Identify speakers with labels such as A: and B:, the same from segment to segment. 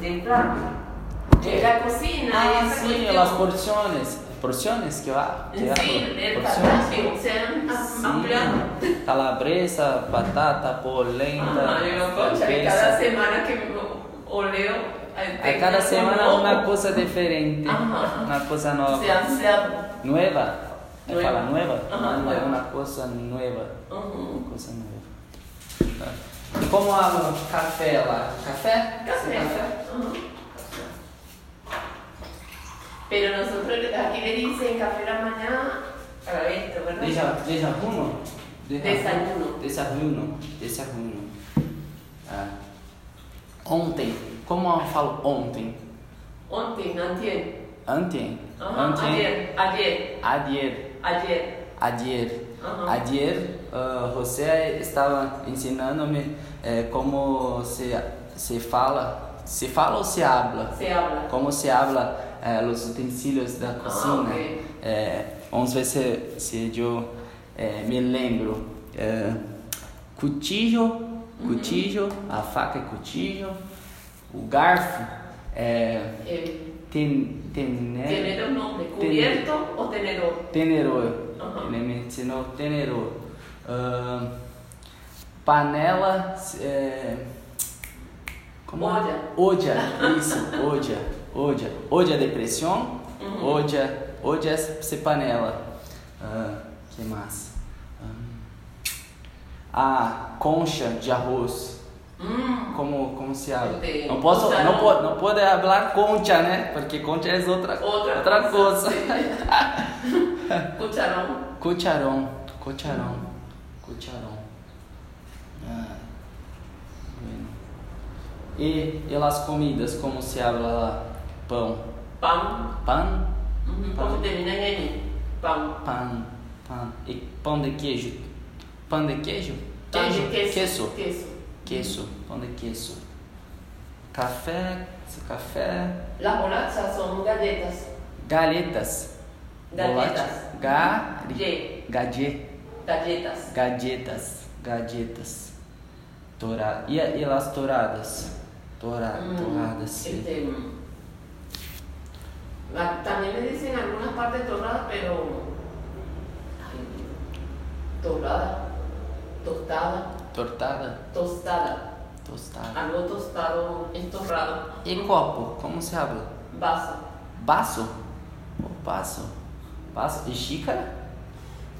A: Dentro.
B: Llega a cocina.
A: Ah,
B: esa
A: sí,
B: cuestión.
A: las porciones. Porciones que va. Que va,
B: Sí, el
A: porciones.
B: patato se han
A: Sí.
B: ampliado.
A: Calabresa, patata, polenta.
B: Ajá, Ah, yo, concha, que
A: cerveza.
B: cada semana que oleo. eh,
A: A cada
B: tengo
A: semana
B: un
A: una
B: ojo.
A: cosa diferente,
B: Ajá.
A: una cosa nueva.
B: Se ha- se ha-
A: Nueva. Me
B: Nueva.
A: fala nueva.
B: Ajá,
A: Una-
B: nueva.
A: Una cosa nueva.
B: Ujú.
A: Uma coisa nova. Tá. E como a café lá? Café?
B: Café. Ujú. Pero nosotros aquí le dicen café de la mañana a esto, ¿verdad?
A: Deja, desajuno?
B: Desayuno.
A: Desajuno. Desajuno. Tá. Ontem. Como eu falo ontem?
B: Ontem, antier.
A: Ontem.
B: Ajá, Ayer, ayer,
A: Adier.
B: ayer.
A: Adier.
B: Aham.
A: Adier, ah, José estava ensinando-me eh, como se, se fala, se fala ou se habla?
B: Se habla.
A: Como se habla eh, os utensílios da
B: Ah,
A: cozinha?
B: ok.
A: Eh, vamos ver se, se eu eh, me lembro. Eh, cuchillo, cuchillo, a faca é cuchillo, o garfo é
B: Eh,
A: ten, tener-
B: tener un nombre,
A: ten-
B: cubierto o tenedor.
A: Tenerol.
B: Aham.
A: Ele me ensinou tenerol. Ahn, panela. É, é?
B: Olha.
A: Odia. Isso, odia. Odia. Odia depressão.
B: Uhum.
A: Odia. Odia se panela. Ahn, que massa. Ahn, a concha de arroz.
B: Mm.
A: Como, como se habla?
B: Entendi.
A: Não posso,
B: Concha
A: não,
B: não.
A: pode, não pode falar concha, né? Porque concha é outra,
B: Outra
A: outra
B: coisa,
A: coisa.
B: Ah. Cucharón.
A: Cucharão, cucharão, cucharão. Ah, bueno. E, e as comidas, como se habla lá? Pão.
B: Pan.
A: Pão?
B: Ujú, ¿Cómo termina en N? Pan.
A: Pão. Pão. E pão de queijo? Pão de queijo?
B: Pan de
A: Queijo.
B: queso. Queso.
A: Queijo. Pão de queijo. Café. Café.
B: Las bolachas son galletas.
A: Galetas.
B: Galletas.
A: Bolacha. Ga.
B: Ye.
A: Gadê.
B: Galletas.
A: Gadetas, gadetas. Tora... E, e las toradas? Tora...
B: Mm,
A: Torradas, sim.
B: este, mm, la- también le dicen algunas partes torradas, pero. ay, Torrada, tostada,
A: Tortada,
B: tostada.
A: tostada.
B: Algo tostado es torrado.
A: E copo, como se habla?
B: Vaso.
A: Baço? O baço. Baço. E xícara?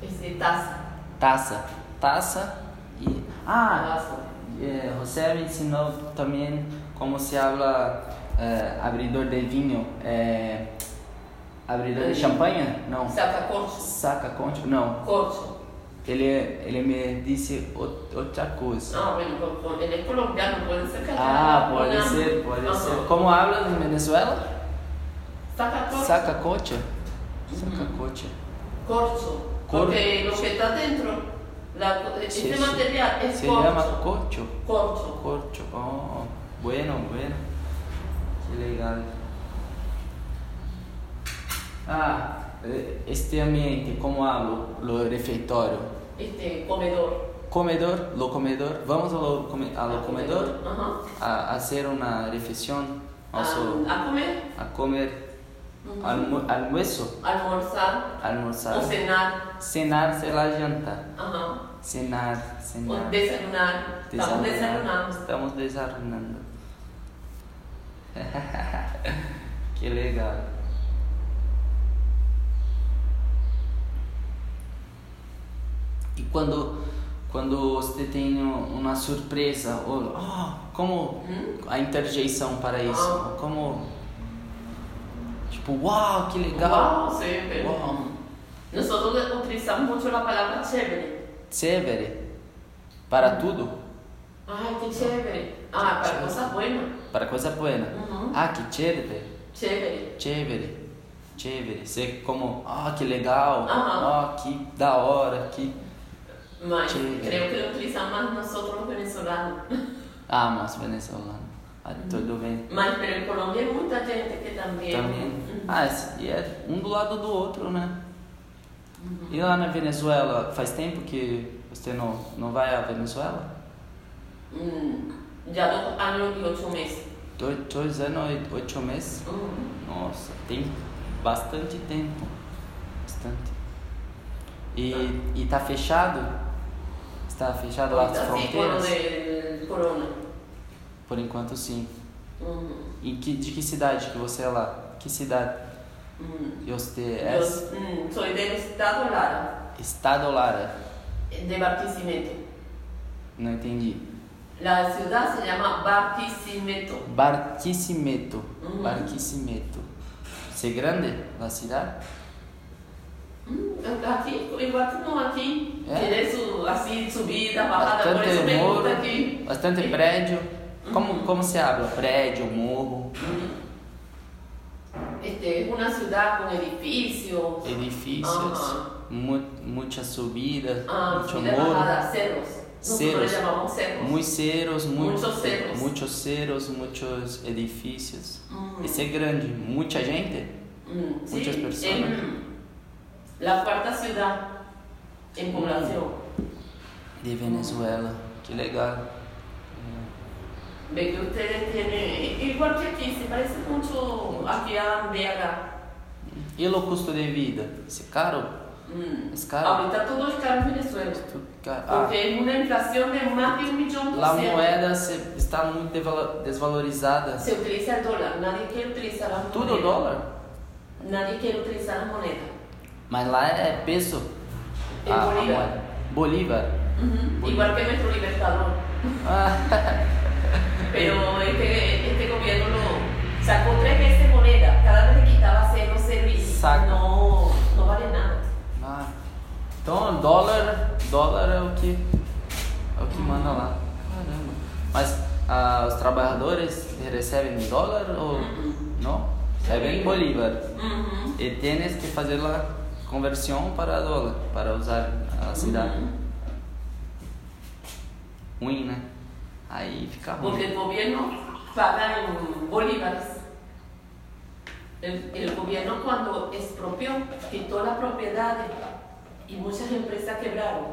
B: Es de Este, taza.
A: Taça. Taça e... Ah!
B: Vaso.
A: eh, José me ensinou também como se habla eh, abridor de vinho. eh, abridor de champanhe? Não.
B: Sacacorcho.
A: Saca conte? Não.
B: Corcho.
A: Ele, ele me disse o- outra coisa.
B: Ah, bueno, con- con- él es colombiano, puede ser que
A: Ah,
B: haya
A: pode
B: una-
A: ser, pode
B: Ajá.
A: ser. Como habla em Venezuela?
B: Sacacorcho.
A: Saca cocha. Saca cocha.
B: Corcho.
A: Corcho.
B: Porque lo que está dentro, la, co- este
A: Se- se-
B: material es
A: Se
B: corcho.
A: chama cocho.
B: Corcho.
A: Cocho. Oh, bueno, bueno. Que legal. Ah, eh, este ambiente, como hablo? Lo refeitório.
B: Este, comedor.
A: Comedor, lo comedor. Vamos ao come-
B: Ah,
A: ao comedor
B: Ajá.
A: a hacer una refeição. Nosso,
B: A, a comer,
A: a comer almu almuerzo,
B: almorzar,
A: almorzar,
B: o cenar.
A: cenar será jantar,
B: Ajá.
A: cenar,
B: O
A: cenar,
B: desayunar. Pues, Estamos desayunando.
A: estamos desayunando. que legal. E quando quando você tem uma surpresa ou "Ah, como
B: Hum?
A: a interjeição para isso,
B: Ah.
A: como tipo uau que legal,
B: Wow, sí, pero-
A: Wow.
B: Nosotros utilizamos mucho la palabra chévere.
A: Chévere. Para tudo.
B: Ay, qué chévere. Ah, para cosas buenas.
A: Para coisa buena.
B: Uhum.
A: Ah, que chévere.
B: Chévere.
A: Chévere. Chévere. Ser como, ah, que legal.
B: Aham.
A: Ah, que da hora. Que...
B: Más,
A: Chévere.
B: creo que lo utilizan más nosotros los venezolanos.
A: Ah, mas venezuelano. Ah, tudo bem.
B: Más, pero en Colombia hay mucha gente que también.
A: Também.
B: Ujú.
A: Ah, esse- e é um do lado do outro, né?
B: Uhum.
A: E lá na Venezuela, faz tempo que você não, não vai à Venezuela?
B: Mm, ya dos mm, años y ocho meses. Mm,
A: do- dois anos e oito meses.
B: Uhum.
A: Nossa, tem bastante tempo. Bastante. E, e tá fechado? Está fechado as
B: Então, assim,
A: fronteiras?
B: quando é corona. Mm,
A: Por enquanto sim.
B: Uhum.
A: E que, de que cidade que você é lá? Que cidade?
B: Uhum.
A: Você é?
B: Eu hum, sou de mm, Estado Lara,
A: Estado Lara.
B: de Barquisimeto.
A: Não entendi.
B: La ciudad se llama Barquisimeto.
A: Barquisimeto.
B: Uhum.
A: Barquisimeto. Você é grande na cidade?
B: Hum, aqui, por enquanto não aqui.
A: É?
B: Tiene su, assim, subida, barrada, por isso
A: muro,
B: pergunta aqui.
A: bastante
B: Sim.
A: prédio. Como,
B: Uhum.
A: como se habla? Prédio, morro,
B: Mm. Este, es una ciudad con edificios.
A: edifícios,
B: Aham.
A: mu- muita subida,
B: Ah,
A: muito
B: subida,
A: morro.
B: bajada, cerros. Nosotros
A: Cerros.
B: le llamamos cerros.
A: Muitos ceros, muitos,
B: Muitos cerros.
A: muitos ceros, muitos edifícios.
B: Uhum.
A: Esse é grande, muita gente.
B: Mm, sí,
A: Muchas personas.
B: en la cuarta ciudad en población,
A: Mm. De Venezuela, que legal.
B: ve que ustedes tienen, igual que aquí, se parece mucho aquí a Beaga.
A: E o custo de vida? Esse é caro?
B: Mm.
A: Es caro.
B: Ahorita todo es caro en Venezuela,
A: Tudo caro. Ah,
B: porque es una inflación de más de un millón por
A: lá a
B: ciento.
A: moeda se- está muito devalo- desvalorizada.
B: Se utiliza el dólar, nadie quiere utilizar las
A: Tudo
B: monedas.
A: dólar?
B: Nadie quiere utilizar las monedas.
A: Mas lá é peso. Ah,
B: É bolívar.
A: Bolívar.
B: Ujú,
A: Bueno.
B: Igual que nuestro libertador. Pero este, este gobierno lo sacó tres veces moneda, cada vez le quitaba cero servicios.
A: Saca.
B: No, no vale nada.
A: Ah, então dólar, dólar é o que é o que manda lá. Caramba. Mas ah, os trabalhadores recebem em dólar ou
B: Uhum.
A: não? Recebem em bolívar.
B: Ujú.
A: E tens que fazer a conversão para dólar para usar a cidade.
B: Ujú.
A: Ruim, né? Aí fica
B: Porque el
A: ruim.
B: gobierno paga en bolívares. El, el gobierno cuando expropió, quitó las propiedades y muchas empresas quebraron.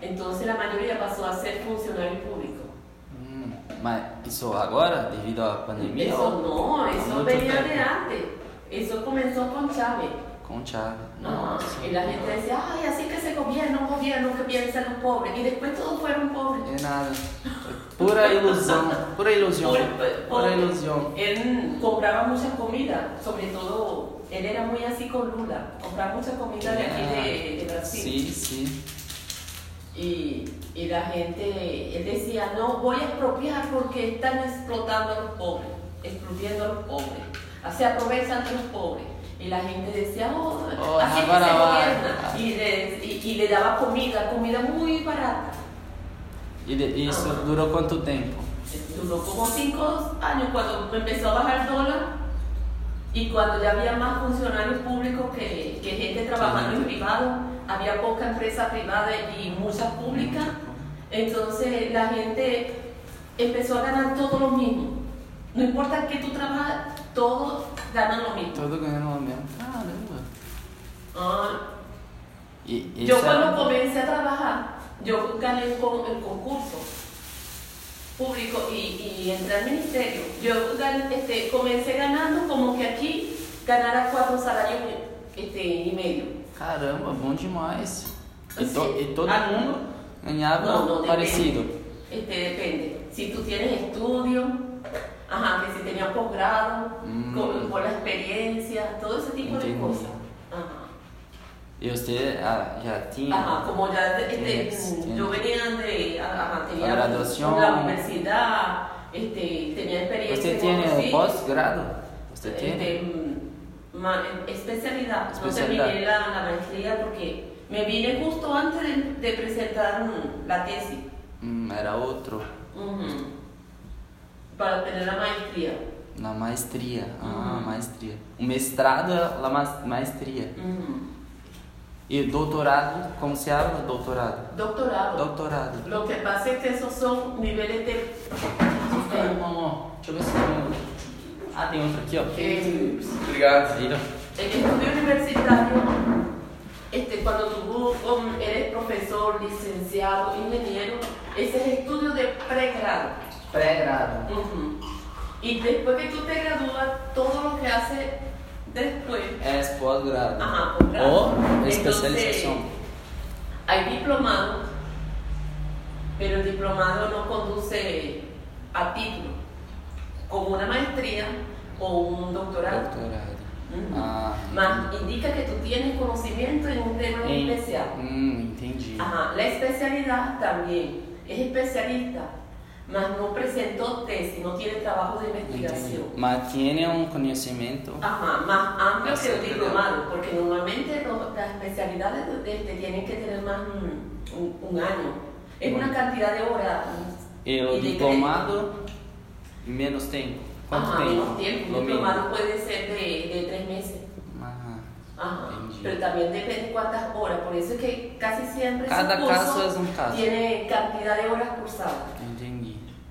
B: Entonces la mayoría pasó a ser funcionario público.
A: Hum, mas isso agora, devido à pandemia,
B: Eso
A: ou
B: no,
A: mucho
B: eso venía
A: tiempo.
B: de antes. Eso comenzó con Chávez.
A: com chave.
B: Ajá.
A: Nossa.
B: Y la gente decía, ay, así que ese gobierno, un gobierno que piensa en los pobres. Y después todos fueron pobres.
A: É nada. Pura ilusão. Pura ilusão.
B: Por- por-
A: Pura ilusão.
B: Él compraba mucha comida, sobre todo, él era muy así con Lula, compraba mucha comida de aquí de, de Brasil.
A: Ah, Sim, sim.
B: Y, y la gente, él decía, no voy a expropiar porque están explotando a los pobres, expropiando a los pobres, se aprovechan de los pobres. Y la gente decía, oh,
A: Oh,
B: así que se
A: ahora va.
B: gobierna. Y le, y- y le daba comida, comida muy barata.
A: E de- isso
B: Ah.
A: durou quanto tempo?
B: Duró como cinco años cuando empezó a bajar el dólar y cuando ya había más funcionarios públicos que, que gente trabajando en privado, había poca empresa privada y muchas públicas, entonces la gente empezó a ganar todo lo mismo. No importa que tú trabajas, todos ganan lo mismo.
A: Todo ganhando o mesmo. Caramba.
B: Ah,
A: E isso é
B: Yo
A: era-
B: cuando comencé a trabajar, yo gané el, con- el concurso público y, y entré al ministerio. Yo gan- este, comencé ganando como que aquí ganara cuatro salarios este, y medio.
A: Caramba, bom demais. E, to-
B: Assim,
A: e todo
B: ah,
A: mundo ganhava
B: depende.
A: Ah, parecido.
B: Este, depende. Si tú tienes estudio, ajá, que si tenías posgrado,
A: Mm.
B: con, con la experiencia, todo ese tipo de
A: Entendi.
B: cosas. Ajá.
A: E você ah, já tinha.
B: Ajá, como ya este, yo
A: Yes, entiendo.
B: venía de ajá, tenía
A: La graduación.
B: la universidad, este, tenía experiencia.
A: Você
B: en
A: tinha
B: conducir,
A: pós-grado? Você
B: este,
A: tinha?
B: mm, ma- especialidad. No
A: Especialidad.
B: terminé la, la maestría porque me vine justo antes de, de presentar mm, la tesis
A: Hum, era outro.
B: ujú, para obtener la maestría.
A: Na maestria. Ah,
B: Uhum.
A: maestria. O mestrado é la mas- maestria.
B: Ujú.
A: E doutorado, como se habla doutorado?
B: Doctorado.
A: Doutorado.
B: Lo que pasa es que esos son niveles de
A: Tem uma, ó. Deixa eu ver se tem uma. Ah, tem outra aqui, ó.
B: Eh,
A: Obrigado. Viram?
B: El estudio universitario, este, cuando tú um, eres profesor, licenciado, ingeniero, ese es el estudio de pregrado.
A: Pré-grado.
B: Ujú. Y después que tú te gradúas, todo lo que haces después,
A: Es posgrado.
B: Ajá, posgrado.
A: O
B: Entonces,
A: especialización.
B: hay diplomados, pero el diplomado no conduce a título, como una maestría o un doctorado.
A: Doctorado.
B: Ujú.
A: Ah,
B: Más indica que tú tienes conocimiento en un tema
A: En-
B: É um especial. Ah,
A: Hum, entendi.
B: Ajá, la especialidad también es especialista, mas no presentó tesis, no tiene trabajo de
A: entendi.
B: investigación.
A: Mas tiene é um un conocimiento.
B: Ajá, más amplio que el
A: Exacto.
B: diplomado, porque normalmente lo- las especialidades de- de- de tienen que tener más mm, un, un año. Es una cantidad de horas.
A: E
B: y
A: o
B: de
A: diplomado, menos tempo.
B: crédito.
A: Quanto
B: Ajá,
A: tempo?
B: Ah, menos tiempo.
A: Lo
B: Un
A: mínimo.
B: diplomado puede ser de, de tres meses.
A: Ah,
B: Ajá.
A: Entendi.
B: Pero también depende cuántas horas. Por eso es que casi siempre
A: Cada
B: su curso
A: caso es un caso.
B: tiene cantidad de horas cursadas.
A: entendi.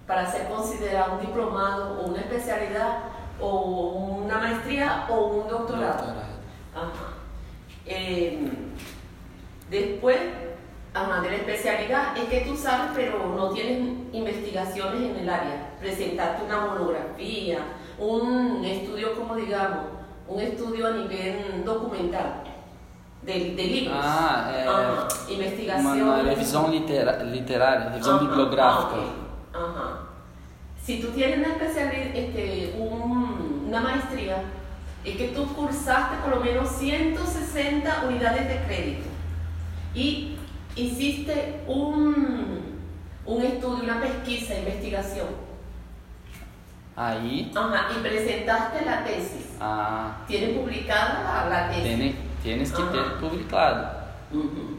B: para ser considerado un diplomado o una especialidad o una maestría o un doctorado.
A: Doutorado.
B: Ajá. Eh, después, ajá, de la especialidad es que tú sabes, pero no tienes investigaciones en el área. Presentarte una monografía, un estudio, como digamos, un estudio a nivel documental de, de libros.
A: Ah, eh,
B: Ajá,
A: Uma,
B: investigación.
A: uma revisão litera- literária, revisão
B: Ajá,
A: bibliográfica.
B: ah, ok, Ajá. Si tú tienes una especialidad, este, un- una maestría, es que tú cursaste por lo menos 160 unidades de crédito y hiciste un, un estudio, una pesquisa, investigación.
A: Aí,
B: Ajá, y presentaste la tesis.
A: ah,
B: Tienes publicada la, la tesis.
A: tene- tienes que ter
B: Aham.
A: publicado.
B: Ujú.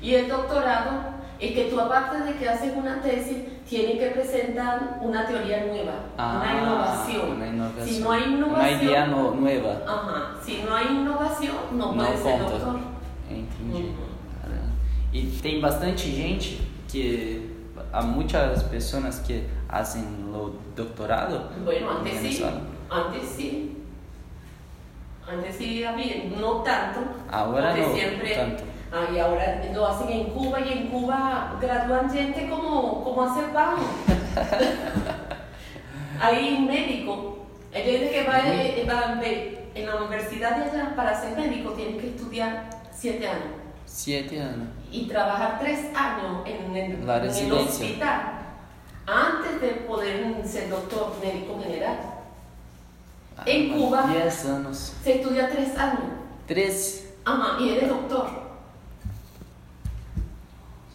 B: Y el doctorado es que tú aparte de que haces una tesis, tienes que presentar una teoría nueva,
A: Ah,
B: una innovación.
A: Uma inovação.
B: Si no hay
A: Uma ideia
B: innovación,
A: no, nova.
B: ajá, si no hay innovación, no,
A: Não
B: puedes ser
A: conta.
B: doctor.
A: Entendi.
B: Uhum.
A: Caramba. E tem bastante gente que. Há muitas pessoas que fazem o doutorado.
B: Bueno,
A: em
B: antes sí,
A: Venezuela.
B: antes sí. Antes sí había, no tanto.
A: Ahora
B: porque
A: no
B: siempre,
A: tanto.
B: Ah, y ahora lo hacen en Cuba y en Cuba gradúan gente como, como hace pan. Hay un médico, hay gente que va, eh, va a ver, en la universidad de allá para ser médico tiene que estudiar siete años
A: Sete anos.
B: y trabajar tres años en, el-
A: La
B: en el
A: residencia.
B: hospital antes de poder ser doctor médico general. Em
A: Ah,
B: Cuba.
A: 10 anos.
B: Se estudia tres años.
A: Três.
B: Ajá, y eres doctor.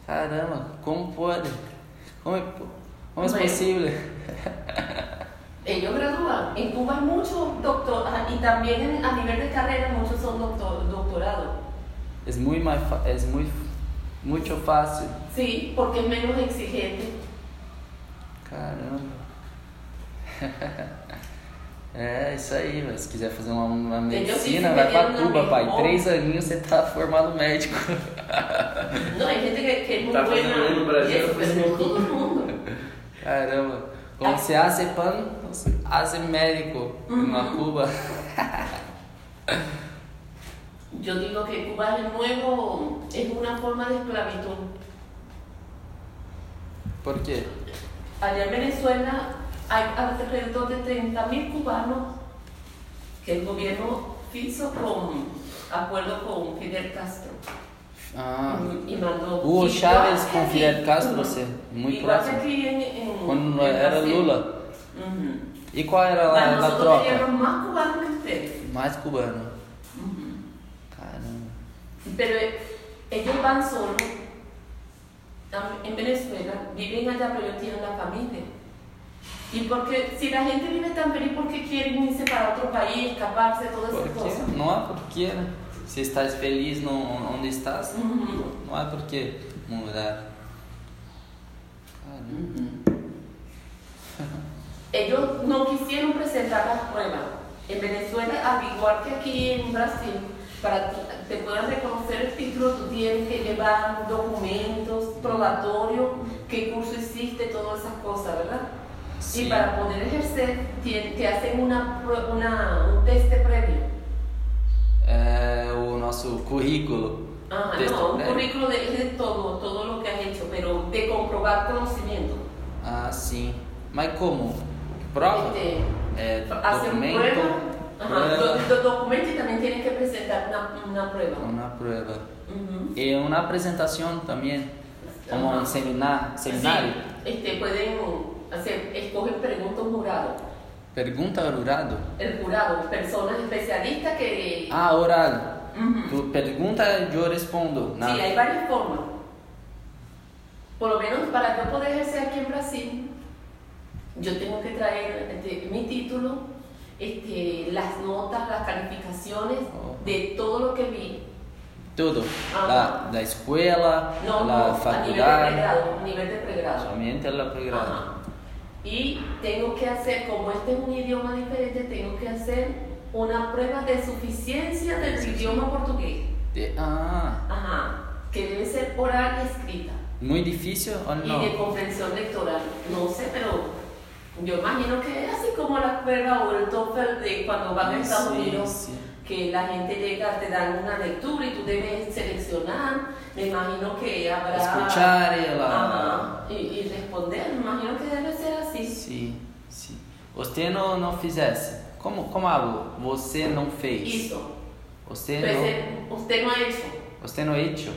A: Caramba, como pode? Como é, po- como é
B: Não é.
A: possível?
B: Ellos gradúan. En Cuba hay muchos doctores y también en- a nivel de carrera muchos son doctor, doctorados.
A: É muito mais fa- é muito muito fácil.
B: Sí, porque es menos exigente.
A: Caramba. É isso aí, mas se quiser fazer uma, uma
B: Entendeu? Se
A: medicina,
B: se
A: vai pra
B: meter na
A: Cuba, pai.
B: medicina.
A: Três aninhos você tá formado médico.
B: No, hay gente que, que es muy
C: Está
B: buena.
C: fazendo bem no Brasil,
B: y eso,
C: está fazendo
B: pero
C: em
B: todo el mundo.
A: Caramba. Como
B: Ah.
A: se hace pan, se hace médico
B: Uhum.
A: na Cuba.
B: Yo digo que Cuba es el nuevo, es una forma de esclavitud.
A: Por quê?
B: Allá en Venezuela hay alrededor de 30.000 cubanos que el gobierno hizo con acuerdo con Fidel Castro.
A: Ah.
B: Y mandó.
A: Hugo
B: igual
A: Chávez
B: que
A: com
B: aquí.
A: Fidel Castro,
B: Ujú.
A: você muito
B: Igual que
A: próximo.
B: aquí en- en-
A: Quando
B: en
A: era
B: Brasil.
A: Lula.
B: Ujú.
A: E qual era
B: Mas
A: a, a
B: nosotros
A: troca?
B: teníamos más cubanos que ustedes.
A: Mais cubano.
B: Ujú.
A: Caramba.
B: Pero eh, ellos van solos Tam- en Venezuela, viven allá, pero ellos tienen la familia. Y porque si la gente vive tan feliz, ¿por qué quieren irse para otro país, escaparse, todas esas cosas?
A: Porque não há porquê, né? Se estás feliz no, onde estás,
B: Ujú.
A: não é há porquê mudar. Caramba.
B: Ellos no quisieron presentar las pruebas. En Venezuela, al igual que aquí en Brasil, para que te puedan reconocer el título, tú tienes que llevar documentos, probatorios, qué curso hiciste, todas esas cosas, ¿verdad?
A: Sim.
B: Y para poder ejercer, tien- te hacen una, prue- una- un test previo.
A: É, o nosso currículo. né?
B: Ajá,
A: Test
B: no, un
A: previo.
B: Ah, currículo de, es de todo, todo lo que has hecho, pero de comprobar conocimiento.
A: Ah, sim. Mas como? Prova?
B: Este,
A: É,
B: hacen
A: documento?
B: um prueba. Ajá,
A: prueba.
B: Los, los documentos también tienen que presentar una, una prueba.
A: Una prueba.
B: Ujú.
A: Y una presentación también, como um
B: Ajá.
A: un semina- seminario.
B: Sí, este, pueden hacer, escogen preguntas jurados.
A: Pergunta al jurado.
B: El jurado, personas especialistas que...
A: Ah, oral.
B: Ujú.
A: Tu pregunta yo respondo. Nada.
B: Sí, hay varias formas. Por lo menos para yo poder ejercer aquí en Brasil, yo tengo que traer este, mi título, este, las notas, las calificaciones
A: Oh.
B: de todo lo que vi.
A: Todo.
B: Ajá.
A: La, la escuela,
B: No, no,
A: la
B: a nivel de
A: facultad.
B: pregrado, nivel de pregrado.
A: Solamente la pregrado.
B: Ajá. Y tengo que hacer, como este es un idioma diferente, tengo que hacer una prueba de suficiencia del
A: Sí, sí.
B: idioma portugués.
A: De- ah,
B: Ajá. Que debe ser oral y escrita.
A: muy difícil o no?
B: y de comprensión lectoral. No sé, pero yo imagino que es así como la prueba o el TOEFL de cuando van a
A: Sí,
B: Estados Unidos,
A: sí.
B: que la gente llega, te dan una lectura y tú debes seleccionar. Me imagino que habrá.
A: Escuchar y la...
B: Ajá, y, y responder. Me imagino que debe ser así.
A: Sim, sim. Você não, não fizesse. Como, como algo você não fez?
B: Hizo.
A: Você
B: Entonces,
A: não,
B: usted no ha hecho,
A: você não hecho,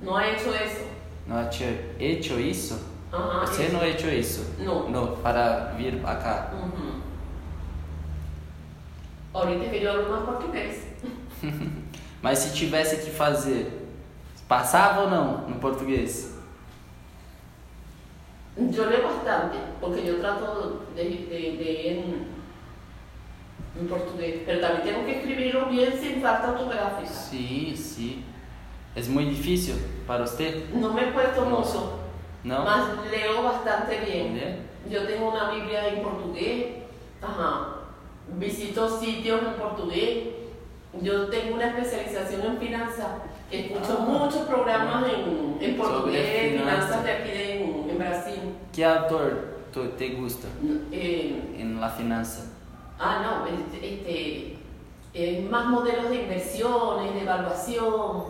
B: no ha hecho eso.
A: não hecho, hecho isso?
B: Ajá,
A: Você
B: eso.
A: não hecho isso?
B: Não.
A: Não, para vir pra cá.
B: Ujú. Ahorita que yo hablo más portugués.
A: Mas se tivesse que fazer, passava ou não no português?
B: Yo leo bastante, porque yo trato de, de, de leer en, en portugués, pero también tengo que escribirlo bien sin falta ortográfica.
A: Sim, sim. É muito difícil para você?
B: No me he puesto mucho,
A: Não?
B: más leo bastante bien.
A: Bien.
B: Yo tengo una Biblia en portugués, ajá. visito sitios en portugués, yo tengo una especialización en finanzas, escucho
A: Ah.
B: muchos programas en, en portugués,
A: finanzas.
B: finanzas de aquí de- en, en Brasil.
A: Que autor tu te gusta
B: Eh,
A: em La Finança?
B: Ah, no, este, este, eh, más modelos de inversiones, de evaluación,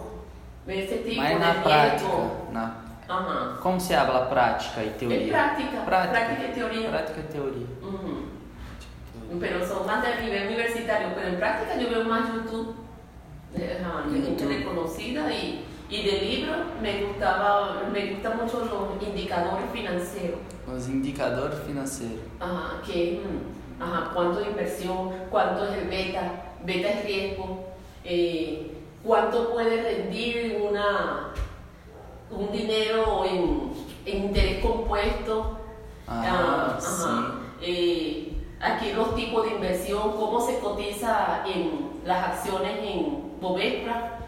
B: de ese tipo
A: Mas
B: de
A: na prática,
B: riesgo.
A: na
B: Ajá.
A: Como se habla prática e teoria?
B: Es práctica, práctica, y teoría.
A: Prática e teoria.
B: Ujú. Pero son más de nivel universitario, pero en práctica yo veo más YouTube, eh, ajá, de gente
A: YouTube.
B: reconocida y, y de libros me gustaba, me gustan mucho los indicadores financieros.
A: Os indicadores financeiros.
B: Ajá, que, mm, ajá, cuánto de inversión, cuánto es el beta, beta es riesgo, eh, cuánto puede rendir una, un dinero en, en interés compuesto.
A: Ah,
B: Ah,
A: sim.
B: eh, aquí los tipos de inversión, cómo se cotiza en las acciones en Bovespa.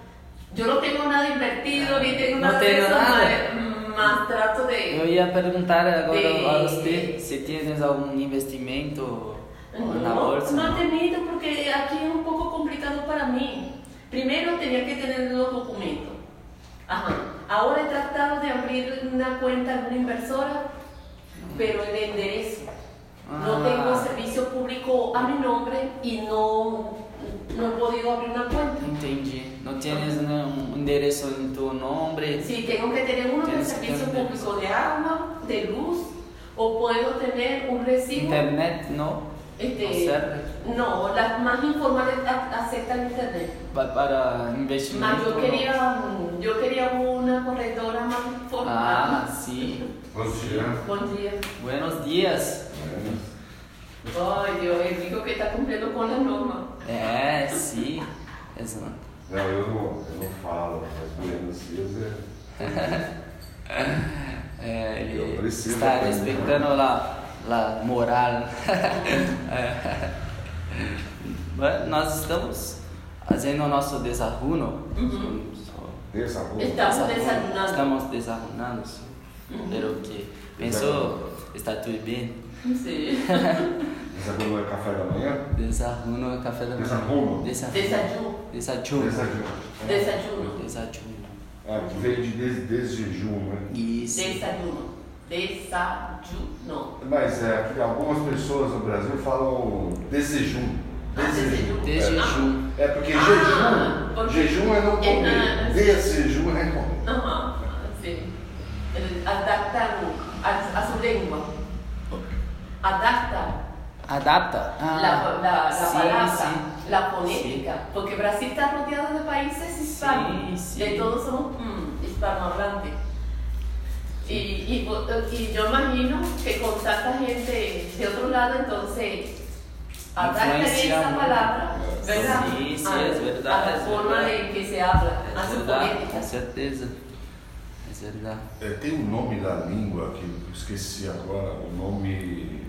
B: Yo no tengo nada invertido, ni tengo
A: No
B: nada de
A: tengo
B: eso,
A: nada.
B: más, más trato de...
A: Eu ia perguntar agora
B: De-
A: a você se tienes algum investimento na
B: No,
A: bolsa.
B: no he tenido porque aquí es un poco complicado para mí. Primero tenía que tener los documentos. Ajá. Ahora he tratado de abrir una cuenta en una inversora, pero en enderezo. No
A: Ah.
B: tengo servicio público a mi nombre y no, no he podido abrir una cuenta.
A: Entendi. Não tienes nenhum endereço em teu nome.
B: Sí, tengo que tener uno del
A: Tienes que
B: servicio
A: tener-
B: público de agua, de luz, o puedo tener un recibo.
A: Internet não? Tá
B: Este,
A: Não serve?
B: no, las más informales a- aceptan internet.
A: Pa- Para
B: Mas
A: investimento?
B: Ah, yo
A: não?
B: quería, un- yo quería una corredora más
A: Ah,
B: formal.
A: sim.
C: Bom dia.
B: Buen día.
A: Buenos dias.
B: Ay, Dios, el rico que está cumpliendo con las normas.
A: É, sim. Exato.
C: Não, eu não, eu não falo, mas Buenos Dias é.
A: É,
C: Eu
A: ele
C: preciso
A: está
C: aprender.
A: respeitando lá lá moral. É. Mas Nós estamos fazendo o nosso desarruno.
B: Uhum.
C: Deus, amor.
B: Está- Estamos desarrunando.
A: Estamos desarrunando.
B: Uhum.
A: Pero que pensou,
C: Desarruno.
A: está tudo bem?
B: Sí.
C: Desarrumo é café da manhã?
A: Desarruno, café da manhã.
C: Desarruno?
A: Desarruno.
B: Desayuno.
A: Desarruno.
C: Desarrumo.
B: Desayuno.
A: Desarruno.
C: É, que veio de des, desjejum, né?
A: Isso.
B: Desayuno. Desayuno.
C: Mas é, que algumas pessoas no Brasil falam desjejum.
B: Ah, desayuno.
A: Desjejum.
C: É porque
B: Ah,
C: jejum,
B: porque-
C: jejum
B: É,
C: é não
B: não,
C: comer.
B: é-
C: Desjejum é comer.
B: Ajá, sí. El- Adaptar a, a su lengua. Adaptar
A: Adapta. Ah,
B: la, la- la
A: sí,
B: palabra,
A: sí.
B: la fonética, porque Brasil está rodeado de países hispanos,
A: Sí, sí.
B: de todos somos mm, hispanohablantes. Y, y, vo- y yo imagino que con tanta gente de otro lado, entonces, hablar de
A: Influencia
B: esa
A: mucho.
B: palabra, ¿verdad?
A: Sí, sí,
B: A-
A: es verdad,
B: A la
A: es
B: forma
A: verdad.
B: en que se habla,
A: É
B: a su
A: verdade, com
B: fonética.
A: certeza. É verdade.
C: É, tem um nome da língua que eu esqueci agora, o nome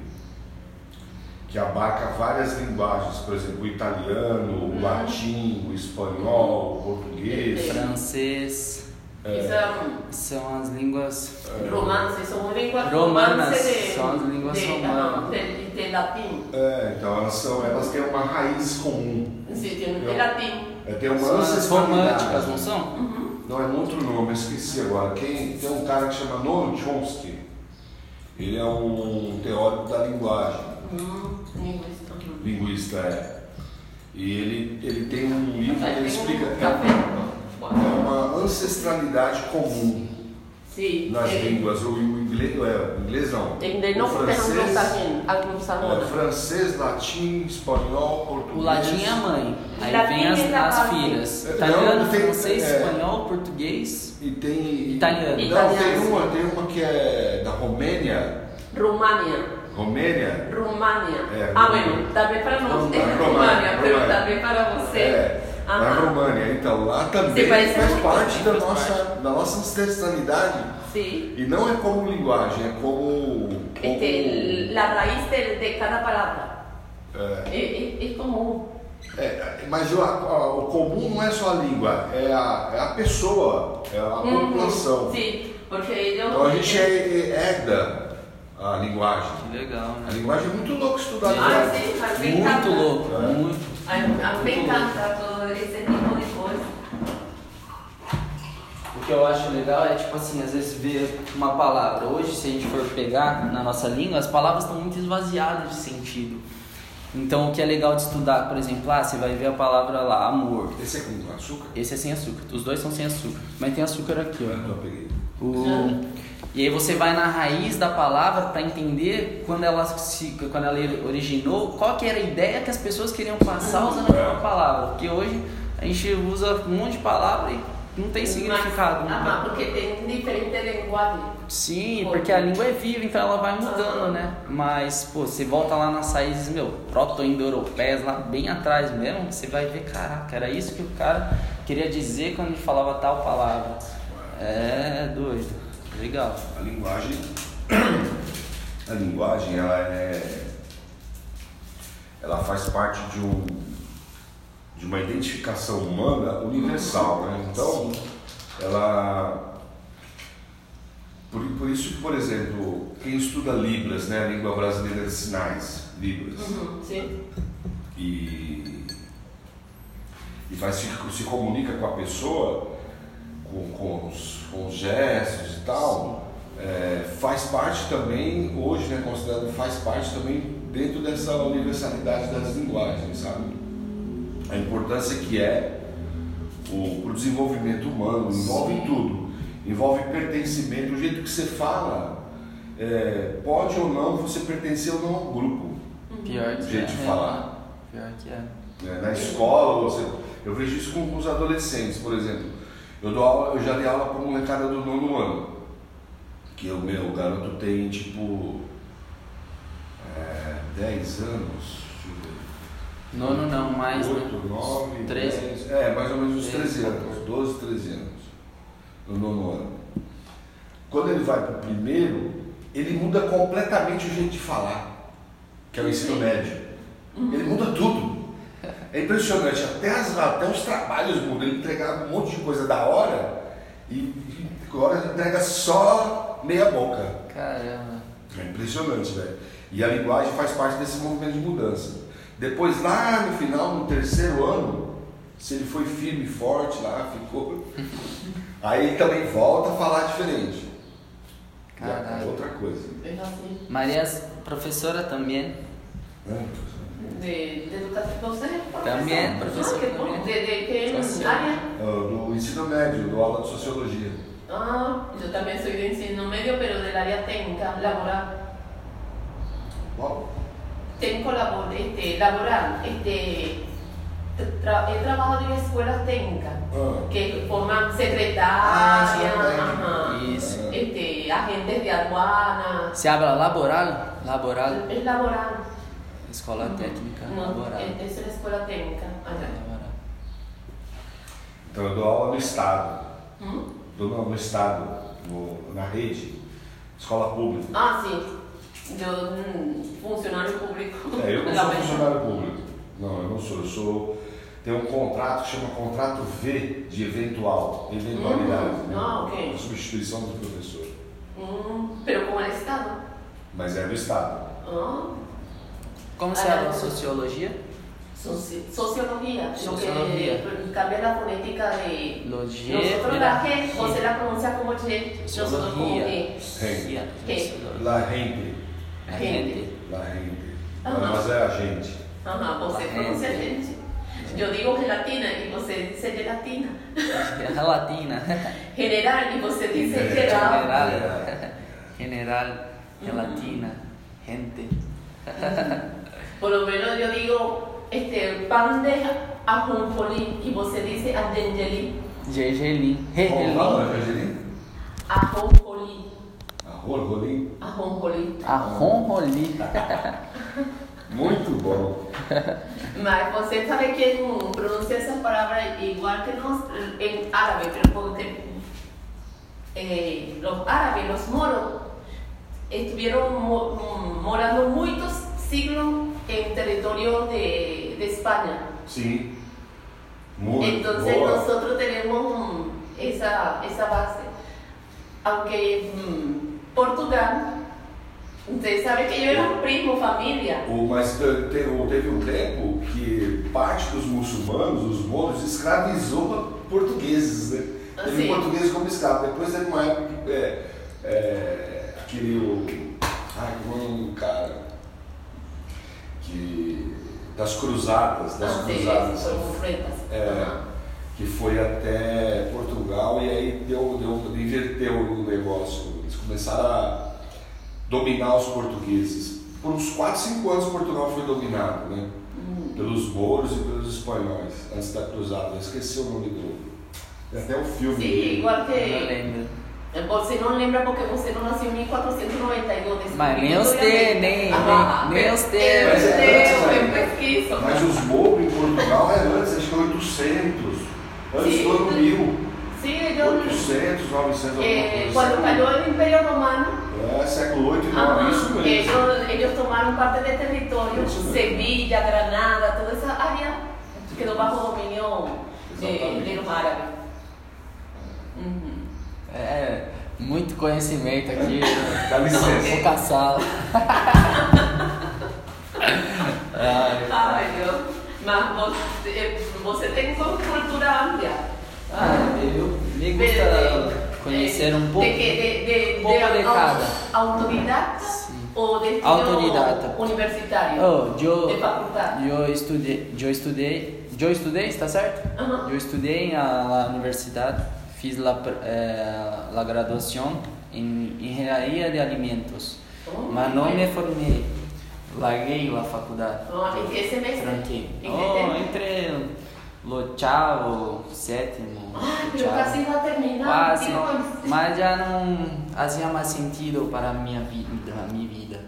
C: que abarca várias linguagens, por exemplo, o italiano, o
B: Uhum.
C: latim, o espanhol, o português.
B: Perfeito.
A: Francês
B: Isso
C: É,
B: é
A: eh, são as línguas.
B: um romance, são línguas
A: Romanas,
B: romance de-
A: são as línguas
B: de-
A: romanas.
B: de- de latim.
C: é, então elas, são, elas têm uma raiz comum.
B: Sí, tiene un latín.
C: É, tem uma
A: São as
C: ancestralidade.
A: românticas, não são?
C: Não, é um outro nome, eu esqueci agora. Quem, tem um cara que chama Noam Chomsky. Ele é um teórico da linguagem.
B: Mm, lingüista. Ujú.
C: linguista é. E ele, ele tem um livro que
B: Café,
C: ele explica que é
B: café.
C: uma, é uma ancestralidade comum
B: Sí.
C: nas
B: eh,
C: línguas. O, o inglês, é, o inglês não.
B: en el
C: o
B: norte tenemos
C: francês,
B: también anglosajona.
C: é, francês, latim, espanhol,
A: O
C: português.
A: latim é a mãe, aí
B: Latim
A: vem as,
B: é da
A: as
B: base.
A: filhas.
C: É,
A: Italiano,
C: não, tem-
A: francês,
C: é.
A: espanhol, português.
C: E tem.
A: Italiano.
C: Não, tem
B: Italiano.
C: uma, tem uma que é da Romênia.
B: Rumania.
C: Romênia?
B: Rumania.
C: Eh,
B: ah,
C: Rumania.
B: bueno, tal vez para nosotros
C: Rumania,
B: es Rumania,
C: Rumania. Eh,
B: pero tal vez para usted.
C: É, na
B: Ajá.
C: România. Então lá também
B: Sim, mas
C: faz
B: é-
C: parte da
A: faz
C: nossa, da nossa ancestralidade.
B: Sí.
C: E não é como linguagem, é como. como
B: Este, la raíz de, de cada palabra.
C: é,
B: Eh, eh, Es, como.
C: é, mas o, a- o comum não é só a língua, é a, é a pessoa, é a
B: Uhum.
C: população.
B: Sí, porque ellos.
C: Então a gente é, é- herda a linguagem.
A: Que legal,
C: A
A: né?
C: linguagem é muito louco estudar.
A: Sim.
C: né?
B: Ah, sí, a mí me
A: Muito
B: encanta.
A: louco,
C: É.
A: muito.
B: A, a mí me encanta todo ese tipo de cosas.
A: O que eu acho legal é, tipo assim, às vezes ver uma palavra. Hoje, se a gente for pegar na nossa língua, as palavras estão muito esvaziadas de sentido. Então, o que é legal de estudar, por exemplo, ah, você vai ver a palavra lá, amor.
C: Esse é com açúcar?
A: Esse é sem açúcar. Os dois são sem açúcar. Mas tem açúcar aqui, ó.
C: Não, eu peguei.
A: O- E aí você vai na raiz da palavra para entender quando ela se, quando ela originou, qual que era a ideia que as pessoas queriam passar usando aquela palavra. Porque hoje a gente usa um monte de palavra e não tem significado. né?
B: Mas,
A: não
B: ah,
A: tem.
B: porque tem diferente linguagem.
A: Sim, porque a língua é viva, então ela vai mudando, né? Mas, pô, você volta lá nas raízes, meu, proto-indo-europeias, lá bem atrás mesmo, você vai ver, caraca, era isso que o cara queria dizer quando ele falava tal palavra. É doido. Legal.
C: A linguagem. A linguagem, ela é. Ela faz parte de um. de uma identificação humana universal, né? Então, ela. Por, por isso que, por exemplo, quem estuda Libras, né? A língua brasileira de sinais, Libras.
B: Uhum, sim.
C: E. E vai se, se comunica com a pessoa, com, com, os, com os gestos e tal. É, faz parte também, hoje né, considerado, faz parte também dentro dessa universalidade das linguagens, sabe? A importância que é o, o desenvolvimento humano, envolve tudo, envolve pertencimento, o jeito que você fala, é, pode ou não você pertencer ou não ao grupo,
A: Pior que
C: o jeito de
A: é.
C: falar.
A: Pior que é.
C: né? Na escola, você, eu vejo isso com, com os adolescentes, por exemplo. Eu, dou aula, eu já dei aula para molecada do nono ano, que o meu garoto tem tipo é, 10 anos, deixa eu ver,
A: Nono não, mais, né?
C: 8, 9,
A: 13.
C: 10, é, mais ou menos uns
A: 13,
C: 13 anos, 12, 13 anos, no nono ano. Quando ele vai para o primeiro, ele muda completamente o jeito de falar, que é o ensino médio.
A: Uhum.
C: Ele muda tudo. É impressionante, até, as- até os trabalhos mudam. Ele entregava um monte de coisa da hora e, e agora ele entrega só meia boca.
A: Caramba.
C: É impressionante, velho. E a linguagem faz parte desse movimento de mudança. Depois, lá no final, no terceiro ano, se ele foi firme e forte lá, ficou. Aí ele também volta a falar diferente.
A: Caralho.
C: É outra coisa.
B: É assim.
A: Maria, professora também.
C: Né?
B: De, de educação. Você é professor.
A: Também,
B: Ah,
A: professor
B: que bom.
A: também.
B: De, de que
A: Social.
B: área?
C: ah, Do ensino médio, do aula de sociologia.
B: Ah, eu também sou de ensino médio, pero del área técnica, laboral.
C: Qual?
B: técnico labor- este, laboral, este, tra- he trabajado en escuelas técnicas
C: Ah.
B: que forman
C: Ah,
B: secretarias,
C: sim,
B: ajá,
C: né?
A: Isso.
C: É.
B: este, agentes de aduana,
A: Se habla laboral, laboral,
B: es laboral.
A: escola técnica, É,
B: No, eh,
A: laboral.
B: es es una escuela técnica. allá.
A: Laboral.
C: Então eu dou aula no estado.
B: ¿Mm?
C: Dou no, no estado, no- na rede, escola pública.
B: Ah, sí. Yo, mm, funcionario público.
C: É, eu não
B: La
C: sou
B: verdad.
C: funcionário público. Não, eu não sou. Eu sou. Tem um contrato que chama contrato V de eventual, eventualidade.
B: Hum, ah, ok.
C: A substituição do professor.
B: Mm, pero como el Estado.
C: Mas é do Estado.
B: Ah,
A: Como se
B: Ah,
A: habla
B: não.
A: sociologia?
B: soci- Sociología,
A: Sociología.
B: lo que cambia la fonética de
A: Logia.
B: nosotros la G, o se la pronuncia como G, nosotros como
A: Sociologia.
B: G.
C: Gente.
A: Sociologia.
C: La gente.
A: Gente.
C: La gente.
B: Aham.
C: Mas é a gente.
B: Ajá, o se
A: La
B: pronuncia
A: gente.
B: gente. Yo digo gelatina y vos dice gelatina.
A: Latina.
B: General y vos dice
C: General.
B: general.
C: é,
A: General. General.
B: Uhum.
A: Latina. Gente.
B: Por lo menos yo digo este, pan de ajonjolí y vos dice ajonjolí.
A: Gergelim.
C: Rola,
A: Gergelim.
C: né, Angelina?
B: Ajonjolí.
C: Arroz, rolim.
B: Ajonjolí.
A: Arronroli.
C: Muito bom.
B: Mas você sabe que hum, pronuncia essa palavra igual que nós em árabe, pero porque eh, los árabes, los moros, estuvieron mo- hum, morando muitos siglos em território de, de Espanha.
C: Sim. Muito
B: Entonces
C: boa.
B: nosotros tenemos mm, esa, esa base. Aunque mm, Portugal, ustedes saben que yo era un primo, familia.
C: O- Mas te- te- o- teve um tempo que parte dos muçulmanos, os moros, escravizou portugueses, né? Teve
B: Sim.
C: portugueses como escravo. Depois teve uma época que é, é, aquele. o- Ai, como é o nome do cara? Que. Das cruzadas,
B: Ah,
C: das cruzadas.
B: son frentas.
C: É, que foi até Portugal e aí deu, deu, inverteu o negócio. Eles começaram a dominar os portugueses. Por uns 4, 5 anos Portugal foi dominado, né?
B: Hum.
C: Pelos mouros e pelos espanhóis, antes da cruzada. Eu esqueci o nome do... Tem até o filme.
B: Sí, igual
A: Não
B: que.
A: lembro.
B: Por si no lembra, porque usted no nació en 1492. descubrí
A: Mas nem
B: que
A: os
B: yo
A: te-
B: era-
A: nem-
B: Ajá,
A: nem- nem os te-
B: eh, pues,
C: Mas é
B: usted,
C: antes,
B: buen
C: né?
B: pesquiso.
C: Mas os mouros em Portugal é antes, acho que 800. Antes
B: Sim.
C: do ano 1000.
B: Sí, yo.
C: 800, 900,
B: eh,
C: alguma coisa
B: cuando
C: assim.
B: cayó el Imperio Romano,
C: É,
A: Ah,
C: século 8 e 9,
B: Ajá,
C: isso
B: que
C: mesmo.
B: ellos, Ah, ellos tomaron parte del territorio,
C: Eso mismo.
B: Sevilla, Granada, toda esa área quedó bajo dominio eh, de,
C: Exactamente.
B: de los árabes. Ujú.
A: É, muito conhecimento aqui.
C: Dá licença.
A: Pouca sala. Ai,
B: Ay Dios, más vos, eh, vos tenés con cultura amplia.
A: Ah, eu me gusta conhecer um pouco.
B: eh, De, que- de, de, de,
A: pouco de
B: auto-
A: cada.
B: autodidacta
A: Sí.
B: o de estudio
A: Autodidacta.
B: universitario.
A: Oh, eu,
B: de facultad.
A: eu estudei, eu estudei, eu estudei, está certo?
B: Ajá.
A: Eu estudei na, na universidade, fiz la, pr- eh, la graduação em engenharia de alimentos,
B: Oh,
A: mas não
B: bueno.
A: me formei, larguei a faculdade.
B: Ah, ¿En qué semestre?
A: Tranquilo.
B: ¿En qué
A: Oh,
B: semestre?
A: entre lo chavo, sétimo.
B: Ay, pero
A: oitavo.
B: casi va a terminar.
A: Quase,
B: digo,
A: mas já não fazia mais sentido para a minha vida, a minha vida,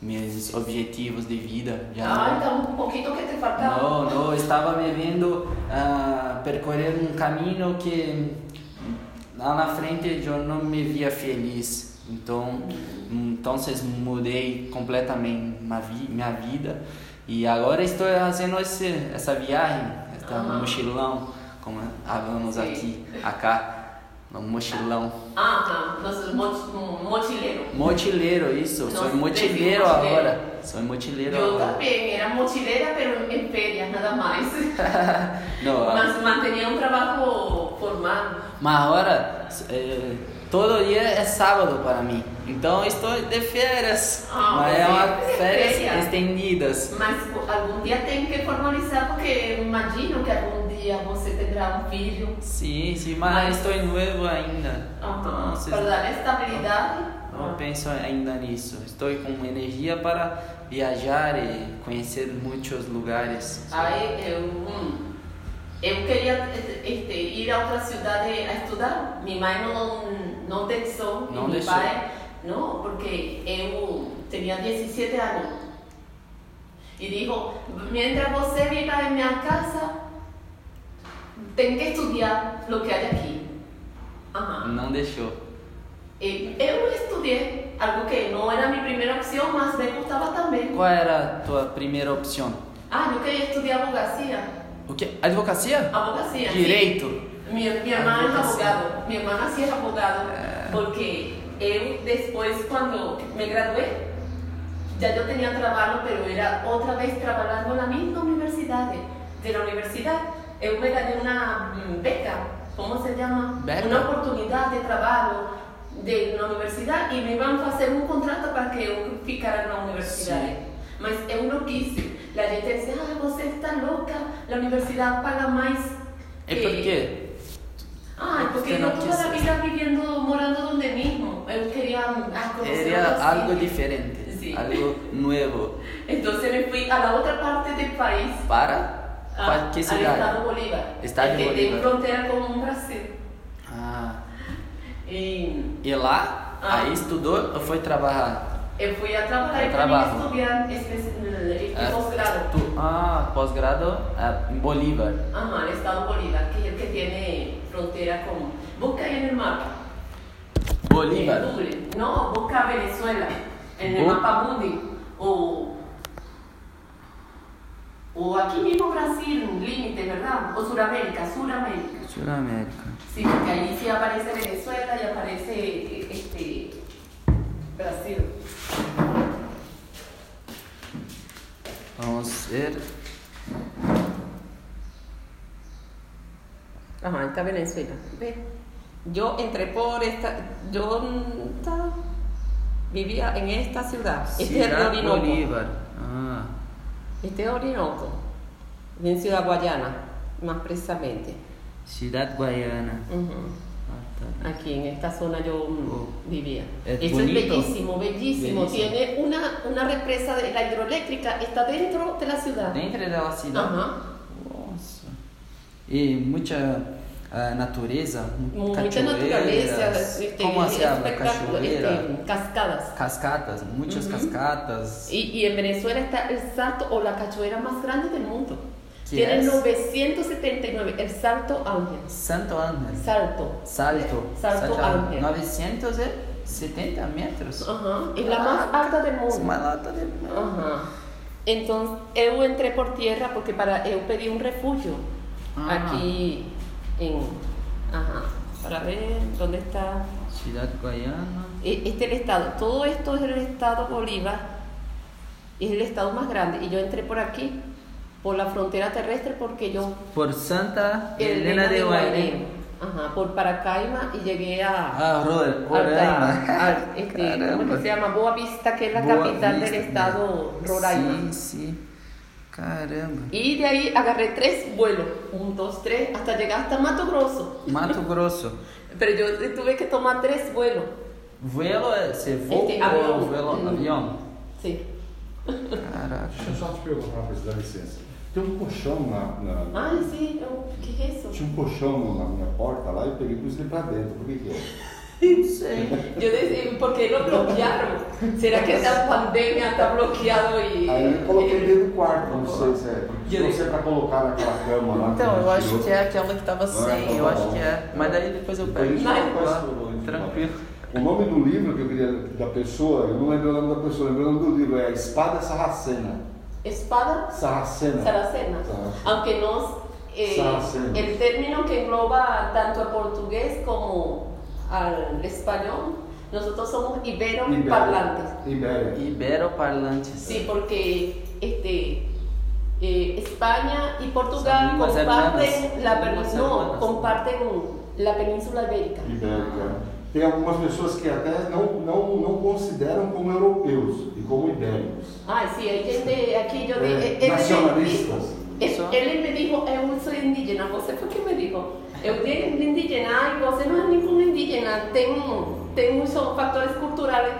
A: meus objetivos de vida.
B: Ah,
A: Já
B: então um pouquinho que te faltava.
A: não, não, eu estava me vendo ah, percorrer um caminho que lá na frente eu não me via feliz. Então, então mudei completamente minha, vi, minha vida e agora estou fazendo esse, essa viagem, esse
B: Aham.
A: mochilão, como falamos
B: Sim.
A: aqui, acá, no mochilão.
B: Aham, nós Ah, moch- um mochileiro.
A: Mochileiro, isso.
B: Nossa,
A: Sou
B: tem mochileiro.
A: mochileiro agora. Sou mochileiro
B: Eu
A: agora.
B: também era mochileira, pero em férias, nada mais.
A: Não, a-
B: Mas mantinha um trabalho formal.
A: mas agora eh, todo dia é sábado para mim. Então estou de férias.
B: Ah,
A: mas é
B: você
A: uma
B: tem
A: férias
B: férias.
A: estendidas.
B: Mas pô, algum dia tem que formalizar, porque imagino que algum dia você terá um filho.
A: Sim, sim, mas,
B: Mas-
A: estou novo ainda.
B: Aham,
A: Então, vocês-
B: Para dar estabilidade.
A: Não penso ainda nisso. Estou com energia para viajar e conhecer muitos lugares.
B: Aí eu, hum, eh, eu queria este, ir a outra cidade a estudar. Minha mãe não, não deixou.
A: Não
B: e meu
A: deixou.
B: pai, não, porque eu tinha 17 anos. E dijo, mientras você viva em minha casa, tem que estudar o que há aqui. Aham.
A: Não deixou.
B: E Eu estudei algo que não era minha primeira opção, mas me gostava também.
A: Qual era a tua primeira opção?
B: Ah, eu queria estudar advocacia.
A: O quê? Advocacia?
B: Ah, Abogacía.
A: Direito?
B: Mi, mi hermano es
A: Abogacía.
B: abogado, mi hermana sí es abogado, porque él después cuando me gradué, ya yo tenía trabajo, pero era otra vez trabajando en la misma universidad. De la universidad, yo me gané una mm, beca, ¿cómo se llama?
A: Beca.
B: Una oportunidad de trabajo de la universidad y me iban a hacer un contrato para que yo ficara en la universidad.
A: Sí.
B: Mas eu não quis. A gente disse, ah, você está louca, a universidade paga mais.
A: E
B: que-"
A: por quê?
B: Ah, porque
A: Você
B: eu
A: não
B: toda a
A: quis.
B: vida vivendo, morando onde mesmo. Eu queria ah, conhecer
A: Era
B: outras
A: algo
B: cidades.
A: diferente,
B: Sí.
A: algo novo.
B: Então eu fui a la outra parte do país,
A: Para?
B: a,
A: Para que
B: ao estado
A: cidade?
B: Bolívar,
A: Estado
B: que tem
A: Bolívar.
B: fronteira com o Brasil.
A: Ah,
B: E
A: e lá,
B: Ah.
A: aí estudou ou foi trabalhar?
B: eu fui a trabalhar
A: Ao
B: e
A: trabalho.
B: também estudar especi- eh,
A: Ah,
B: pós-grado.
A: tu- ah, pós-grado ah, em Bolívar.
B: Ajá, el estado Bolívar, que es el que tiene frontera con... Busca ahí en el mapa. En
A: Bolívar.
B: Google. No, busca Venezuela. En el
A: Bu-
B: mapa mundi. O... O aquí mismo Brasil, límite, ¿verdad? O Suramérica, Suramérica.
A: Sul-América.
B: Sí, porque ahí sí aparece Venezuela y aparece eh, este, Brasil.
A: Vamos ver.
B: Ajá, está Venezuela. Ve. Yo entré por esta, yo mm, ta- vivía en esta ciudad. Este es de
A: Cidade
B: Orinoco.
A: Bolívar. Ah,
B: Este es Orinoco, en Ciudad Guayana, más precisamente.
A: Cidade Guaiana.
B: Ujú.
A: Ah, tá.
B: Aquí en esta zona yo mm,
A: Oh.
B: vivía.
A: Es
B: Esto es
A: bonito.
B: bellísimo, bellísimo.
A: Bellísimo.
B: Tiene una, una represa de la hidroeléctrica, está dentro de la ciudad.
A: Dentro né? da cidade.
B: Ajá.
A: tá. Nossa. E muita ah, natureza,
B: Mucha
A: cachoeiras.
B: naturaleza, Uhum. este,
A: Como se habla?
B: espectáculo, este,
A: Cachoeira,
B: cascadas.
A: cascatas, muitas cascatas.
B: Y, y en Venezuela está el salto o la cachoeira más grande del mundo.
A: ¿Qué
B: Tiene
A: es?
B: 979, el salto Ángel.
A: Santo André,
B: Salto.
A: Salto,
B: Salto Ángel.
A: 970 metros.
B: Ajá. Es la más alta del
A: Ah, Es uma
B: mundo.
A: lata de...
B: Ajá. Entonces, yo entré por tierra porque para yo pedí un refugio
A: Ah.
B: aquí en... Ajá. Para ver dónde está.
A: Cidade Guaiana.
B: E- Este es el estado. Todo esto es el estado Bolívar. Es el estado más grande. Y yo entré por aquí, por la frontera terrestre, porque yo
A: Por Santa Helena de
B: Guairén.
A: Guaiana.
B: Ajá, por Paracaima y llegué a.
A: Ah, Roder,
B: a-
A: Roraima.
B: a- este, ¿Cómo que se
A: Caramba.
B: llama? Boa Vista, que es la
A: Boa
B: capital
A: Vista,
B: del
A: né?
B: estado Roraima.
A: Sim, sim. Caramba.
B: Y de ahí agarré tres vuelos: un, dos, tres, hasta llegar hasta Mato Grosso.
A: Mato Grosso.
B: Pero yo tuve que tomar tres vuelos.
A: Vuelo é se voa
B: Este,
A: ou
B: avião.
A: vuelo
B: Hum.
A: avião?
B: Sí.
A: Caraca.
C: Deixa eu só te perguntar, presidente, dá licença. Tem um colchão na. na-
B: Ay, sí, yo- ¿qué es eso?
C: Tinha um colchão na minha porta lá e eu peguei e pus ele pra dentro. Por que que é?
A: Não sei.
B: Yo decía, ¿por qué lo bloquearon? ¿Será que esta pandemia está bloqueado y.?
C: Aí eu coloquei dentro do quarto, não sei se é.
A: E ele-
C: Se você pra colocar naquela cama lá.
A: Então, eu acho que
C: é.
A: é aquela que tava
C: tá
A: sem, eu acho que é. Mas daí depois
C: Então,
A: eu pego. então. Tranquilo.
C: O nome do livro que eu queria da pessoa, eu não lembro o nome da pessoa, eu lembro o nome do livro, é Espada Sarracena.
B: Espada
C: Sarracena.
B: Saracena.
C: Saracena.
B: Aunque no eh,
C: Saracena.
B: el término que engloba tanto al portugués como al español, nosotros somos iberos
C: Ibéria.
B: parlantes.
C: Ibéria.
A: Iberoparlantes.
B: Sí, porque este eh, España y
A: Son
B: Portugal
A: lenguas
B: comparten
A: hermanas.
B: la,
A: Lenguas
B: pen- no,
A: hermanas.
B: comparten la península ibérica.
C: Ibérica. é. Tem algumas pessoas que até não, não, não consideram como europeus e como ibéricos.
B: Ay, Ah, sí, hay gente aquí, yo dije,
C: Eh,
B: él-
C: nacionalistas.
B: Él,
A: Eso.
B: él me dijo, yo soy "Eh, indígena, ¿vos por qué me dijo? Yo soy indígena y vos no es ningún indígena, tengo tem muitos factores culturais.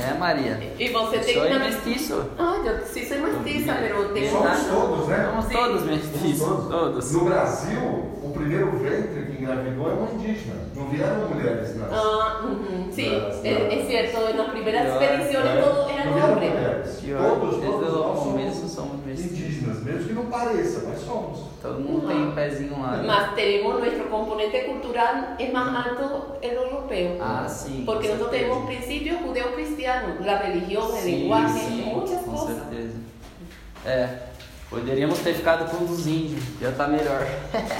A: É, Maria.
B: E você tem
A: Sou
B: que. também-
A: mestiço.
B: Ah, eu sim soy mestiza, pero tengo
C: Somos
B: una-
C: todos, né?
A: Somos
B: Sim.
A: todos mestiços, todos.
C: No Brasil, o primeiro ventre que engravidou é uma indígena. Não vieram mulheres, não.
B: Ah, ujú, sí,
C: Las-
B: es, es cierto, en las primeras expediciones todo era
C: É, não vieram
B: hombre.
C: mulheres.
A: Pior,
C: Todos,
A: desde
C: todos
A: o
C: nós
A: começo
C: somos
A: somos mestiços.
C: indígenas, mesmo que não pareça, mas somos.
A: Todo mundo tem um pezinho lá. né?
B: Más tenemos nuestro componente cultural es más alto el europeo.
A: Ah, sim.
B: porque
A: com
B: nosotros
A: certeza.
B: tenemos principios judeocristianos, la religión, el
A: Sim,
B: lenguaje,
A: sim,
B: muchas
A: com
B: cosas.
A: certeza. É. Poderíamos ter ficado com um dos índios, já tá melhor.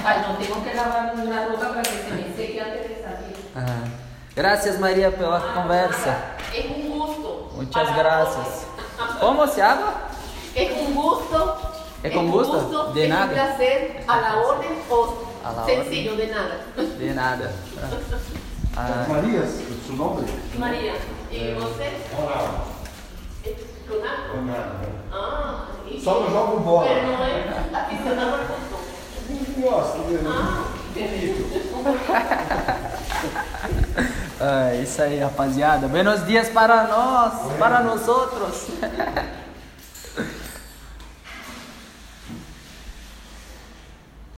B: Ay, no tengo que lavar la ropa para que se me seque antes de salir.
A: Ah. Graças, Maria, pela
B: Ah,
A: conversa.
B: nada, Es un gusto.
A: Muitas
B: para
A: graças. Como se habla?
B: Es un gusto.
A: Es con gusto, de
B: es
A: nada.
B: Un placer a la orden o
A: A la
B: sencillo de nada.
A: De nada. Ah.
C: As Marias, o seu nome?
B: María,
C: É.
B: ¿y usted?
C: Ronaldo.
B: ¿Lunar?
C: Ronaldo. né?
B: Ah, y
C: Só não jogo bola.
B: Pero no es aficionado al fútbol.
C: Gosto dele.
B: é Ah,
A: É, Ah, isso aí, rapaziada. Buenos dias para nós, para nós outros.